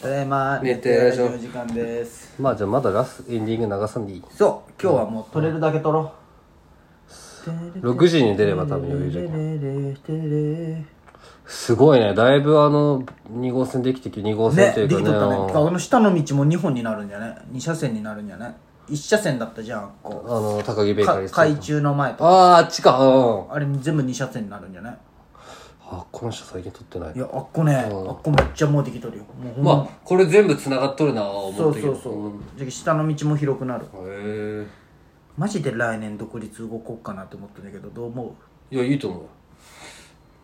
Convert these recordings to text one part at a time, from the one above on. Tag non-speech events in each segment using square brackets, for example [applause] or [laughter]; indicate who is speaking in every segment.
Speaker 1: ただいま
Speaker 2: 寝てラジオ
Speaker 1: の時間です
Speaker 2: まあじゃあまだラスエンディング流さんでいい
Speaker 1: そう今日はもう取れるだけ取ろう
Speaker 2: 6時に出れば多分余裕じゃん
Speaker 1: ね
Speaker 2: すごいねだいぶあの2号線できてき2号線とい
Speaker 1: で
Speaker 2: う
Speaker 1: き
Speaker 2: か
Speaker 1: と
Speaker 2: ね
Speaker 1: ったね
Speaker 2: あの
Speaker 1: あの下の道も2本になるんじゃね2車線になるんじゃね1車線だったじゃんこ
Speaker 2: あの高木ベ
Speaker 1: う
Speaker 2: ーカ
Speaker 1: か
Speaker 2: リーさん
Speaker 1: 海中の前と
Speaker 2: あああっちかうん
Speaker 1: あれ全部2車線になるんじゃね
Speaker 2: あこの人最近撮ってない
Speaker 1: いやあっこねあっこめっちゃもうできとるよもうほん
Speaker 2: ま
Speaker 1: ま
Speaker 2: あこれ全部つながっとるな
Speaker 1: そ
Speaker 2: 思っ
Speaker 1: う
Speaker 2: て
Speaker 1: そうそうじゃあ下の道も広くなる
Speaker 2: うへ
Speaker 1: マジで来年独立動こうかなって思ってんだけどどう思
Speaker 2: えいやいいと思う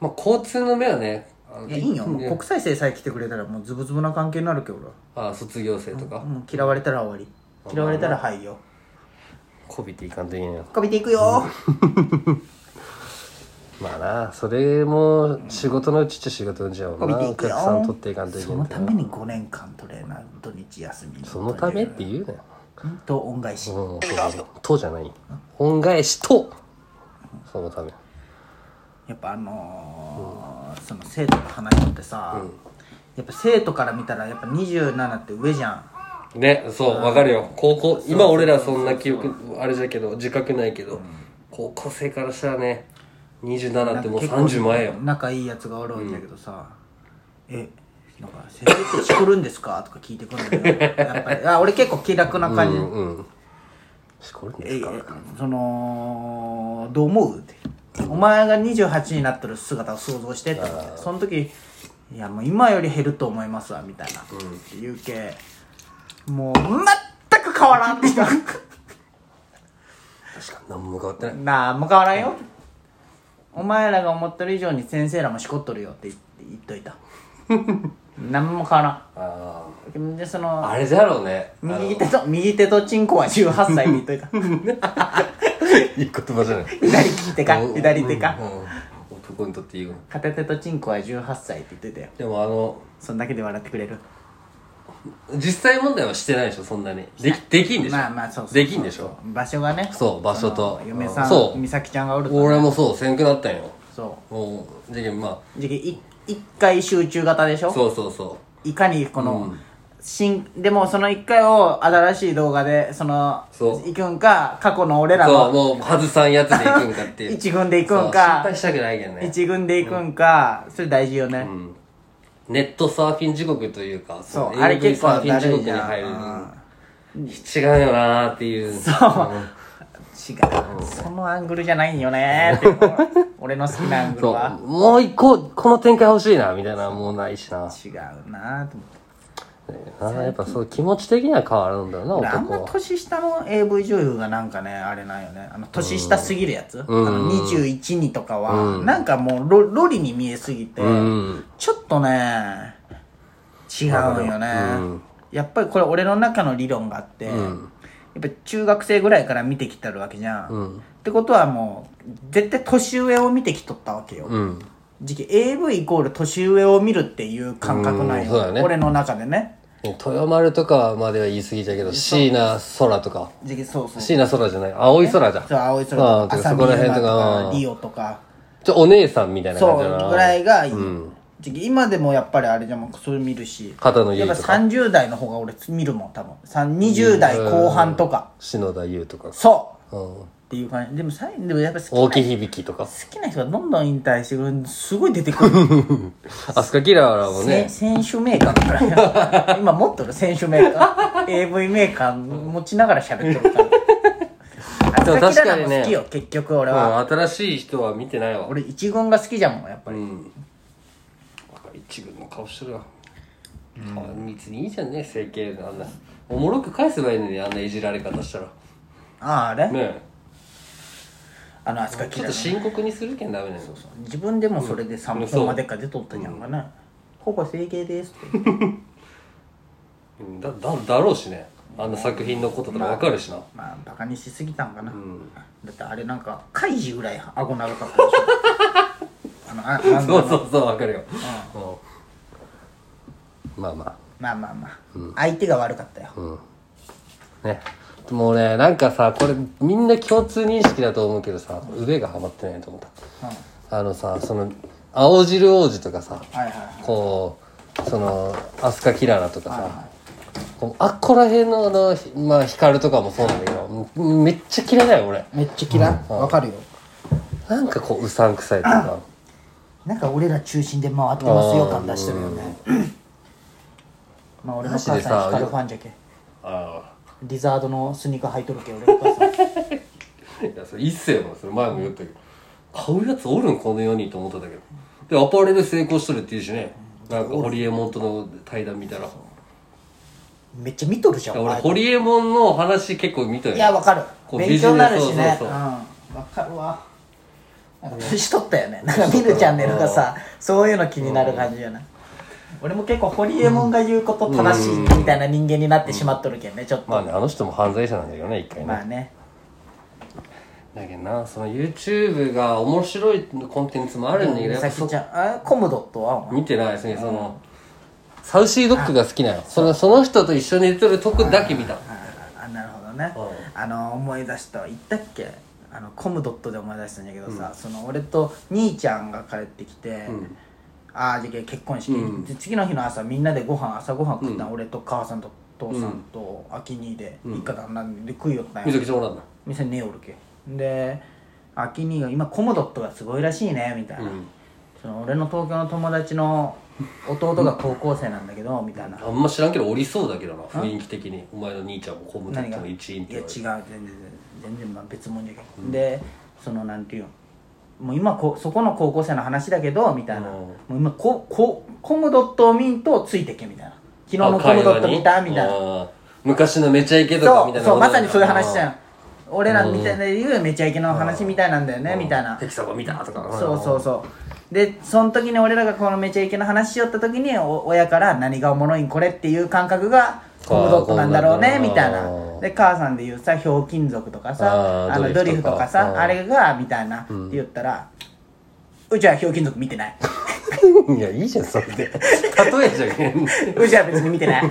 Speaker 2: まあ交通の目はねあの
Speaker 1: ういやいいよもう
Speaker 2: ね
Speaker 1: 国際生さえ来てくれたらもうズブズブな関係になるけど俺は
Speaker 2: あ卒業生とか
Speaker 1: もう嫌われたら終わり嫌われたらはいよ
Speaker 2: こびていかんといけんよ
Speaker 1: こびていくよ
Speaker 2: まあなそれも仕事のうちっちゃ仕事のうちやも
Speaker 1: こ
Speaker 2: ん
Speaker 1: び
Speaker 2: な
Speaker 1: て
Speaker 2: お
Speaker 1: いく
Speaker 2: 客
Speaker 1: よ
Speaker 2: さん取っていかんといけん
Speaker 1: そ
Speaker 2: け
Speaker 1: の
Speaker 2: ど
Speaker 1: ために5年間トレーナー土日休み
Speaker 2: そのためって言うなよ
Speaker 1: んと恩返し
Speaker 2: うん、そうそうとじゃない恩返しとそのため
Speaker 1: やっぱあのーその生徒と話しとってさ、やっぱ生徒から見たらやっぱ27って上じゃん
Speaker 2: ねそうわかるよ高校今俺らそんな記憶あれじゃけど自覚ないけど、高校生からしたらね27ってもう30前よ
Speaker 1: 仲いいやつがおるんだけどさ「えなんか先生ってしこるんですか?」とか聞いてくるんだけどやっぱりあ俺結構気楽な感じ、
Speaker 2: うんうんしこるんです
Speaker 1: え
Speaker 2: か
Speaker 1: そのどう思うってお前が28になってる姿を想像してって思ってその時「いやもう今より減ると思いますわ」みたいな、って言うけもう全く変わらんって
Speaker 2: [laughs]
Speaker 1: 言う
Speaker 2: 確かに何も変わってない
Speaker 1: なあもう変わらんよお前らが思ってる以上に先生らもしこっとるよって言言っといた何も変わ
Speaker 2: あ
Speaker 1: らんでそ
Speaker 2: あ
Speaker 1: の
Speaker 2: あれだろうねあの
Speaker 1: 右手と右手とチンコは18歳に言っとい
Speaker 2: [laughs]
Speaker 1: た
Speaker 2: いい言葉じゃない
Speaker 1: 左利き手か左手か、
Speaker 2: うんうん男にとっていいよ
Speaker 1: 片手とチンコは18歳って言ってたよ
Speaker 2: でもあの
Speaker 1: そんだけで笑ってくれる
Speaker 2: 実際問題はしてないでしょそんなにできできんでしょ
Speaker 1: まあまあそうそう
Speaker 2: できんでしょ
Speaker 1: 場所がね
Speaker 2: そう場所と
Speaker 1: その嫁さん
Speaker 2: そう
Speaker 1: 美咲ちゃんがおるとね、
Speaker 2: 俺もそうせんくなったんよ
Speaker 1: そ
Speaker 2: もうじゃけんま
Speaker 1: うじゃけい一回集中型でし
Speaker 2: あ
Speaker 1: ょ
Speaker 2: そうそうそ
Speaker 1: いかにこの、新でもその一回を新しい動画でその
Speaker 2: そう
Speaker 1: 行くんか過去の俺
Speaker 2: う
Speaker 1: ら
Speaker 2: そう
Speaker 1: の
Speaker 2: もう外さんやつでいくんかっていう
Speaker 1: 一軍で行くん
Speaker 2: そう心
Speaker 1: か
Speaker 2: 配したくないけどね
Speaker 1: 一軍で行くんか、それ大事よね、
Speaker 2: ネットサーフィン地獄というか
Speaker 1: そう
Speaker 2: の
Speaker 1: あれ結構
Speaker 2: AV サーフィン地獄に
Speaker 1: だ
Speaker 2: 入
Speaker 1: る
Speaker 2: る
Speaker 1: いじ
Speaker 2: 違うよなーっていうそう
Speaker 1: 違うそのアングルじゃないんよ
Speaker 2: [laughs]
Speaker 1: ねーって俺の好きなアングルは
Speaker 2: そうもう一個この展開欲しいなみたいなもうないしな
Speaker 1: 違うなーと思って
Speaker 2: あーやっぱそう気持ち的には変わるんだよな
Speaker 1: 俺あん
Speaker 2: 男
Speaker 1: ま
Speaker 2: は
Speaker 1: 年下の AV 女優がなんかねあれなんよねあの年下すぎるやつ、
Speaker 2: ん
Speaker 1: あの21にとかは、なんかもうロロリに見えすぎて、
Speaker 2: うん
Speaker 1: ちょっとね違うよね、
Speaker 2: うん
Speaker 1: やっぱりこれ俺の中の理論があって、やっぱ中学生ぐらいから見てきてるわけじゃん、
Speaker 2: うん
Speaker 1: ってことはもう絶対年上を見てきとったわけよ、
Speaker 2: うん
Speaker 1: 時期 AV イコール年上を見るっていう感覚なん
Speaker 2: うん
Speaker 1: よ、
Speaker 2: そうだね
Speaker 1: 俺の中でね
Speaker 2: 豊丸とかまでは言い過ぎじゃけど椎名空とか
Speaker 1: 時期そうそう
Speaker 2: 椎名空じゃない青い空じゃん
Speaker 1: そう、青い空
Speaker 2: ああ
Speaker 1: とか、
Speaker 2: てか
Speaker 1: 浅
Speaker 2: そ
Speaker 1: 見
Speaker 2: こら
Speaker 1: ゆま
Speaker 2: 辺と
Speaker 1: と
Speaker 2: か
Speaker 1: か、リオとか、
Speaker 2: ちょお姉さんみたいな
Speaker 1: そ
Speaker 2: 感じだな
Speaker 1: う、ぐらいがいい。
Speaker 2: ん
Speaker 1: 時期今でもやっぱりあれじゃん、もうそれ見るし。
Speaker 2: 片野
Speaker 1: や
Speaker 2: 由
Speaker 1: っぱ
Speaker 2: 衣とか
Speaker 1: 30代の方が俺見るもん、多分。さん20代後半とか。
Speaker 2: 篠田優とか、
Speaker 1: そ
Speaker 2: うん、
Speaker 1: うっていう感じ。でもさ、でもやっぱ好
Speaker 2: 大木響とか
Speaker 1: き好きな人がどんどん引退してくる。すごい出てくる。
Speaker 2: 飛鳥キラーも
Speaker 1: せ
Speaker 2: ね
Speaker 1: 選手メーカーだから。 [laughs] 今持っとる選手メーカー。AV メーカー持ちながら喋ってるから。
Speaker 2: [laughs] でも確かにね
Speaker 1: 好きよ、結局俺
Speaker 2: うん
Speaker 1: は。
Speaker 2: 新しい人は見てないわ
Speaker 1: 俺一軍が好きじゃんもん、やっぱり。
Speaker 2: うん一軍の顔してるわ、うん、別にいいじゃんね整形のあんなおもろく返せばいいのにあんないじられ方したらね
Speaker 1: あああれ、
Speaker 2: え
Speaker 1: あのあそこ
Speaker 2: ち
Speaker 1: 切
Speaker 2: ょっ
Speaker 1: ら
Speaker 2: と
Speaker 1: れ
Speaker 2: 深刻にするけんダメなの
Speaker 1: 自分でもそれで3本までっか出とったじゃんかな、ほぼ整形ですって言って
Speaker 2: うんだだだろうしねあんな作品のこととかわかるしな、
Speaker 1: まあバカにしすぎたんかな、だってあれなんかカイジぐらい顎長かった
Speaker 2: [laughs]
Speaker 1: でしょあのああの
Speaker 2: そうそうそうわかるよ、うんまあまあ
Speaker 1: まあまあまあ、相手が悪かったよ、
Speaker 2: ねもうねなんかさこれみんな共通認識だと思うけどさ腕がハマってないと思った、あのさその青汁王子とかさ
Speaker 1: はいはいはい
Speaker 2: こうその飛鳥キララとかさ、こうあっこら辺のあの、ひまあ、光とかもそうなんだけどうんめっちゃ嫌いだよ俺
Speaker 1: めっちゃ嫌いわかるよ
Speaker 2: なんかこううさんくさいとか
Speaker 1: なんか俺ら中心で回ってますよ感出してるよねまあ俺の母さん
Speaker 2: マジでさ
Speaker 1: 光るファンじゃけ
Speaker 2: あ
Speaker 1: リザードのスニーカー履いとるけ俺の母さん
Speaker 2: あいやそれ一世もそれ前も言ったけど買うやつおるんこの世にと思ってたけどでアパレル成功しとるっていうしねなんかホリエモンとの対談見たら
Speaker 1: めっちゃ見とるじゃんお
Speaker 2: 俺
Speaker 1: 前
Speaker 2: ホリエモンの話結構見たよ
Speaker 1: いやわかる
Speaker 2: こう
Speaker 1: 勉強になるしねう
Speaker 2: ビジネスそうそうんそう
Speaker 1: わかるわなんか年取ったよねなんか見るチャンネルがさそういうの気になる感じよな俺も結構ホリエモンが言うこと正しいみたいな人間になってしまっとるけんねちょっと
Speaker 2: まあねあの人も犯罪者なんだけどね一回ね、
Speaker 1: まあね
Speaker 2: だけどなその YouTube が面白いコンテンツもあるんだけど
Speaker 1: 美
Speaker 2: やっぱそ
Speaker 1: 咲ちゃんあコムドットはお前
Speaker 2: 見てないですねそのサウシードッグが好きなのそのその人と一緒に寝てるとこだけ見た
Speaker 1: あなるほどね
Speaker 2: う
Speaker 1: あの思い出した言ったっけあのコムドットで思い出したんだけどさ、その俺と兄ちゃんが帰ってきて、
Speaker 2: ん
Speaker 1: ああじゃあ結婚式、
Speaker 2: うん
Speaker 1: で次の日の朝みんなでご飯朝ご飯食ったん、俺と母さんと父さんと秋兄で、一家団らんで食いよったん
Speaker 2: み
Speaker 1: や
Speaker 2: ずきちゃんおらんな
Speaker 1: 店寝おるけで秋兄が「今コムドットがすごいらしいね」みたいな、
Speaker 2: うん
Speaker 1: その俺の東京の友達の弟が高校生なんだけどみたいな
Speaker 2: あんま知らんけどおりそうだけどな雰囲気的にお前の兄ちゃんもコムドットの一員って
Speaker 1: いや
Speaker 2: 言
Speaker 1: 違う
Speaker 2: われ
Speaker 1: 全
Speaker 2: て
Speaker 1: 然全然まあ別物じゃけど、でそのなんていうのもう今こそこの高校生の話だけどみたいな、
Speaker 2: うん
Speaker 1: もう今ここコムドットを見んとついてけみたいな昨日のコムドット見たみたいな
Speaker 2: な昔のめちゃイケとか
Speaker 1: そ
Speaker 2: みたいうな
Speaker 1: そうまさにそういう話じゃ
Speaker 2: ん
Speaker 1: ん俺らみたいな言うめちゃイケの話みたいなんだよねみたいな
Speaker 2: テキサバ見たとか
Speaker 1: そうそうそうでその時に俺らがこのめちゃイケの話しよった時にお親から何がおもろいんこれっていう感覚がコムドットなんだろう
Speaker 2: あ
Speaker 1: ね
Speaker 2: ー
Speaker 1: みたい
Speaker 2: コムドット
Speaker 1: なで母さんで言うさひょうきん族とか
Speaker 2: あ
Speaker 1: さ
Speaker 2: ー
Speaker 1: あの
Speaker 2: ド
Speaker 1: ド
Speaker 2: リ
Speaker 1: リ
Speaker 2: フ
Speaker 1: フ
Speaker 2: とか
Speaker 1: とか
Speaker 2: あ
Speaker 1: さ
Speaker 2: ー
Speaker 1: あれがみたいなって言ったらうちはひょうきん族見てない [laughs]
Speaker 2: いやいいじゃんそれで [laughs] 例えじゃけん
Speaker 1: うちは別に見てない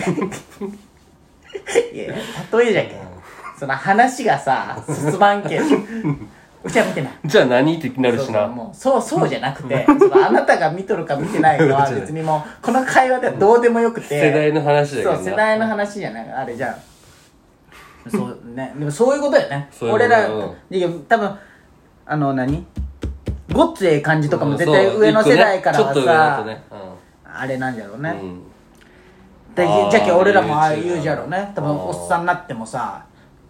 Speaker 1: いや例えじゃけんその話がさ進まんけんうちは見てない
Speaker 2: じゃあ何ってなる
Speaker 1: そう
Speaker 2: し
Speaker 1: そう
Speaker 2: な
Speaker 1: もうそうそうじゃなく
Speaker 2: [laughs]
Speaker 1: てそのあなたが見とるか見てないかは別にもうこの会話ではどうでもよくて
Speaker 2: 世代の話だけど
Speaker 1: そ
Speaker 2: な
Speaker 1: う世代の話じゃないあれじゃんそうねでもそういうことよね
Speaker 2: そういうこと
Speaker 1: 俺ら
Speaker 2: うん
Speaker 1: いや多分あの何ごっつええ感じとかも絶対
Speaker 2: うん
Speaker 1: 上の世代からは
Speaker 2: そう一個ねちょっと上だ
Speaker 1: さ、
Speaker 2: とね、うん
Speaker 1: あれなんじゃろうね、
Speaker 2: うん
Speaker 1: で
Speaker 2: あー
Speaker 1: じゃけ俺らもああ言うじゃろう
Speaker 2: あ
Speaker 1: ね
Speaker 2: ー
Speaker 1: 多分おっさんになってもさ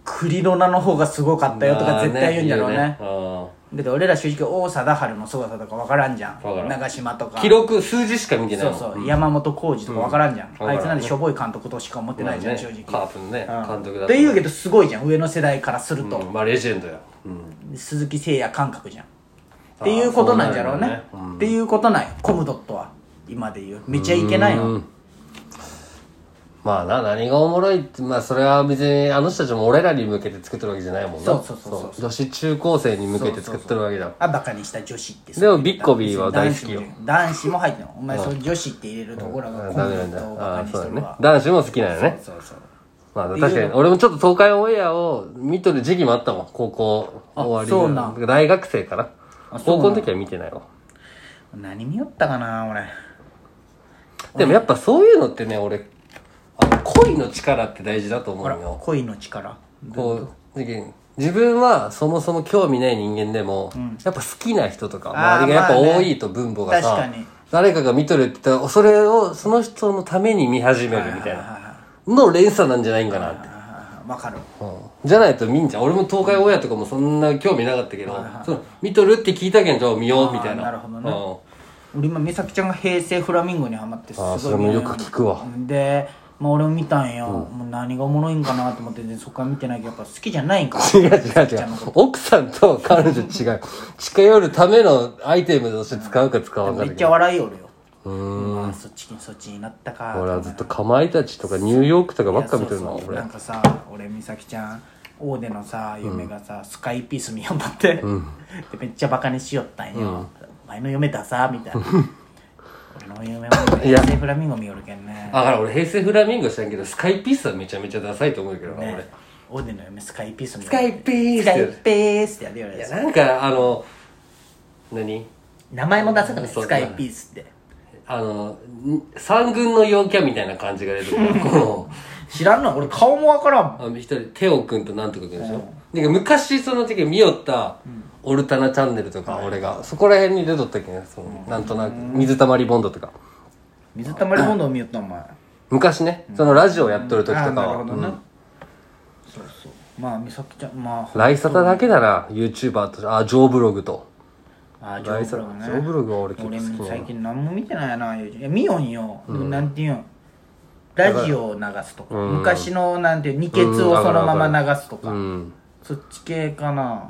Speaker 1: クリロナの方がすごかったよとか絶対言うんじゃろうね
Speaker 2: まあね言うね
Speaker 1: だって俺ら正直王貞治の凄さとか分からんじゃん
Speaker 2: 分からん
Speaker 1: 長島と
Speaker 2: うん
Speaker 1: か
Speaker 2: 記録数字しか見てない
Speaker 1: そ
Speaker 2: も
Speaker 1: うんそう、山本浩二とか分からんじゃん、
Speaker 2: うん
Speaker 1: あいつなんでしょぼい監督としか思ってないじゃん、
Speaker 2: まあね
Speaker 1: 正直
Speaker 2: カープのね監督だと
Speaker 1: って言うけどすごいじゃん上の世代からすると、
Speaker 2: うんまあレジェンドや、うん
Speaker 1: 鈴木誠也感覚じゃんっ
Speaker 2: あー
Speaker 1: ていうことなんじゃろうね
Speaker 2: そうなんやねうん
Speaker 1: っていうことなんよコムドットは今で言うめちゃいけないの
Speaker 2: まあな何がおもろいってまあそれは別にあの人たちも俺らに向けて作ってるわけじゃないもんな
Speaker 1: そうそうそうそう
Speaker 2: 女子中高生に向けて作ってるわけだ
Speaker 1: あバカにした女子ってさ
Speaker 2: でもビッコビーは大好きよ
Speaker 1: 男子も男子も入ってんのお前その女子って入れるところが
Speaker 2: あ
Speaker 1: コム
Speaker 2: ダ
Speaker 1: ド
Speaker 2: メなん
Speaker 1: ットをバ
Speaker 2: だ
Speaker 1: カ
Speaker 2: あ
Speaker 1: に
Speaker 2: そう
Speaker 1: しと
Speaker 2: だね
Speaker 1: るわ
Speaker 2: 男子も好きなんやね
Speaker 1: そうそう
Speaker 2: まあ確かに俺もちょっと東海オンエアを見とる時期もあったもん高校終わりぐらい
Speaker 1: そうなん
Speaker 2: 大学生から
Speaker 1: そう
Speaker 2: 高
Speaker 1: なん
Speaker 2: 校の時は見てないわ
Speaker 1: 何見よったかな俺
Speaker 2: でもやっぱそういうのってね俺あの恋の力って大事だと思うのよ
Speaker 1: 恋の力
Speaker 2: こうだけど自分はそもそも興味ない人間でも、やっぱ好きな人とか
Speaker 1: あー
Speaker 2: 周りがやっぱ
Speaker 1: まあね
Speaker 2: 多いと分母がさ、
Speaker 1: 確かに
Speaker 2: 誰かが見とるって言ったらそれをその人のために見始めるみたいなの連鎖なんじゃないんかなって
Speaker 1: あーわかる
Speaker 2: うんじゃないと見んじゃん俺も東海オンエアとかもそんな興味なかったけど、その見とるって聞いたけんじゃあ見ようみたいな
Speaker 1: あーなるほどね俺今美咲ちゃんが平成フラミンゴにハマってす
Speaker 2: あ
Speaker 1: ご
Speaker 2: ー
Speaker 1: い
Speaker 2: それもよく聞くわ
Speaker 1: で、まあ、俺も見たんよ、もう何がおもろいんかなと思って全然そこから見てないけどやっぱ好きじゃないんか
Speaker 2: [laughs] 違う違う違う奥さんと彼女違う近寄るためのアイテムとして使うか使わんか
Speaker 1: め
Speaker 2: だ
Speaker 1: っ
Speaker 2: け
Speaker 1: ちゃ
Speaker 2: ど
Speaker 1: 笑いよるようんそっちにそっちになったか
Speaker 2: 俺はずっとかまいたちとかニューヨークとかばっか見てるな
Speaker 1: そうそう
Speaker 2: 俺
Speaker 1: なんかさ俺美咲ちゃん大手のさ嫁がさ、スカイピース見よんだって、でめっちゃバカにしよったんよ、お前の嫁ださみた
Speaker 2: [laughs]
Speaker 1: いな俺の嫁も
Speaker 2: いや
Speaker 1: 平成フラミンゴ見よるけんね
Speaker 2: だから俺平成フラミンゴしたんやけどスカイピースはめちゃめちゃダサいと思うけどな俺
Speaker 1: ねオーデンの嫁スカイピースみ
Speaker 2: ス
Speaker 1: た
Speaker 2: カ
Speaker 1: い
Speaker 2: イ
Speaker 1: な
Speaker 2: ピー
Speaker 1: ス
Speaker 2: ス
Speaker 1: カ
Speaker 2: っ
Speaker 1: イ
Speaker 2: て
Speaker 1: ピースってやるよ
Speaker 2: いや
Speaker 1: ね
Speaker 2: なんかあの何
Speaker 1: 名前も出さなかった
Speaker 2: そう
Speaker 1: スカイピースって
Speaker 2: あのん三軍の陽キャみたいな感じが出てく [laughs] るこの
Speaker 1: 知らんの俺顔もわからんもん
Speaker 2: あの一人テオ君となんとか君でしょ、なんか昔その時見よったオルタナチャンネルとか俺が、そこら辺に出とったっけねそのなんとなく水たまりボンドとか
Speaker 1: 水たまりボンドを見よったお前
Speaker 2: 昔ねそのラジオやっとる時と
Speaker 1: あ
Speaker 2: か
Speaker 1: あな
Speaker 2: は、
Speaker 1: るほど
Speaker 2: う
Speaker 1: ね
Speaker 2: ん
Speaker 1: そうそうまあ美咲ちゃんまあ
Speaker 2: ライサタだけだな YouTuber としてあジョーブログと
Speaker 1: あジョ
Speaker 2: ライ
Speaker 1: ー
Speaker 2: サ
Speaker 1: ブ
Speaker 2: タ
Speaker 1: ログね
Speaker 2: ジョーブログは俺結構
Speaker 1: 俺
Speaker 2: 好きな
Speaker 1: 最近何も見てないな友人いや見よんよ、なんていうんラジオを流すとか、昔のなんていう二血をそのまま流すとか、
Speaker 2: うん
Speaker 1: そっち系かな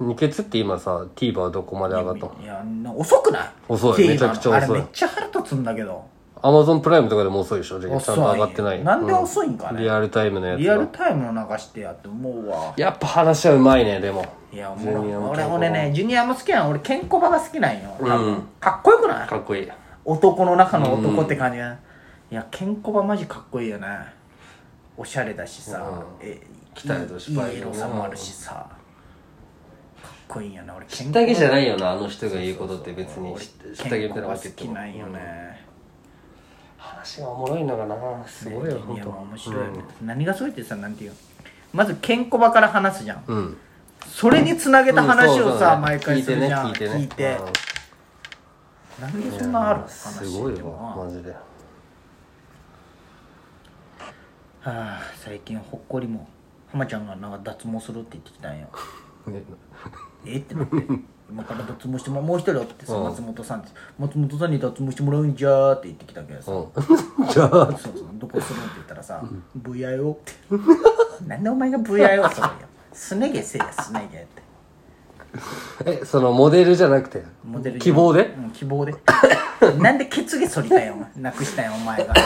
Speaker 2: 二ケツって今さ TVer どこまで上がったの
Speaker 1: いや遅くない
Speaker 2: 遅い
Speaker 1: TVer の
Speaker 2: めちゃくちゃ遅い
Speaker 1: あれめっちゃ腹立つんだけど
Speaker 2: Amazon プライムとかでも遅いでしょじゃあち
Speaker 1: 遅
Speaker 2: ゃ
Speaker 1: い
Speaker 2: んと上がってない
Speaker 1: なんで遅いんか
Speaker 2: うん
Speaker 1: ね、
Speaker 2: リアルタイムのやつ
Speaker 1: リアル
Speaker 2: が
Speaker 1: タイムの流してやって思うわ
Speaker 2: やっぱ話はうまいねでも
Speaker 1: いや
Speaker 2: ジュニア
Speaker 1: もう
Speaker 2: も健
Speaker 1: 俺
Speaker 2: 康
Speaker 1: 俺ねジュニアも好きなの俺ケンコバが好きなんよ、多分
Speaker 2: うん
Speaker 1: かっこよくない
Speaker 2: かっこいい
Speaker 1: 男の中の男って感じ、ねいやケンコバマジかっこいいよねおしゃれだしさ、
Speaker 2: う
Speaker 1: え
Speaker 2: 鍛えたし
Speaker 1: いい
Speaker 2: バイ
Speaker 1: い
Speaker 2: ク
Speaker 1: い
Speaker 2: も
Speaker 1: 色さもあるしさかっこいいよね俺ケ
Speaker 2: 知ったげじゃ
Speaker 1: い
Speaker 2: ないよなあの人が言うことって別に知知ったげみたいなこと
Speaker 1: 好
Speaker 2: 言って
Speaker 1: き
Speaker 2: も
Speaker 1: なんよね、
Speaker 2: 話がおもろいのかなすごいよ
Speaker 1: い
Speaker 2: 本
Speaker 1: や
Speaker 2: 当
Speaker 1: 面白いよね、何がすごいってさなんていうのまずケンコバから話すじゃん、
Speaker 2: うん
Speaker 1: それにつなげた話をさ、毎回する
Speaker 2: 聞いて
Speaker 1: じ
Speaker 2: ね
Speaker 1: ゃん
Speaker 2: 聞いてねうん
Speaker 1: なんでそんなある話
Speaker 2: すごい
Speaker 1: でもな
Speaker 2: わマジで
Speaker 1: はあ最近ほっこりも浜ちゃんがなんか脱毛するって言ってきたんよえってなって [laughs] 今から脱毛してももう一人おってさ
Speaker 2: うん
Speaker 1: 松本さんって松本さんに脱毛してもらうんじゃーって言ってきたけどさ、
Speaker 2: うんじゃあ
Speaker 1: そうそうどこするんって言ったらさ「VIO」って [laughs] なんでお前が VIO するんよすね毛せいやすね毛って
Speaker 2: え [laughs] そのモデルじゃなくて
Speaker 1: モデル
Speaker 2: 希望で
Speaker 1: [coughs] うん希望でなんで血毛剃りたいよお前なくしたんよお前が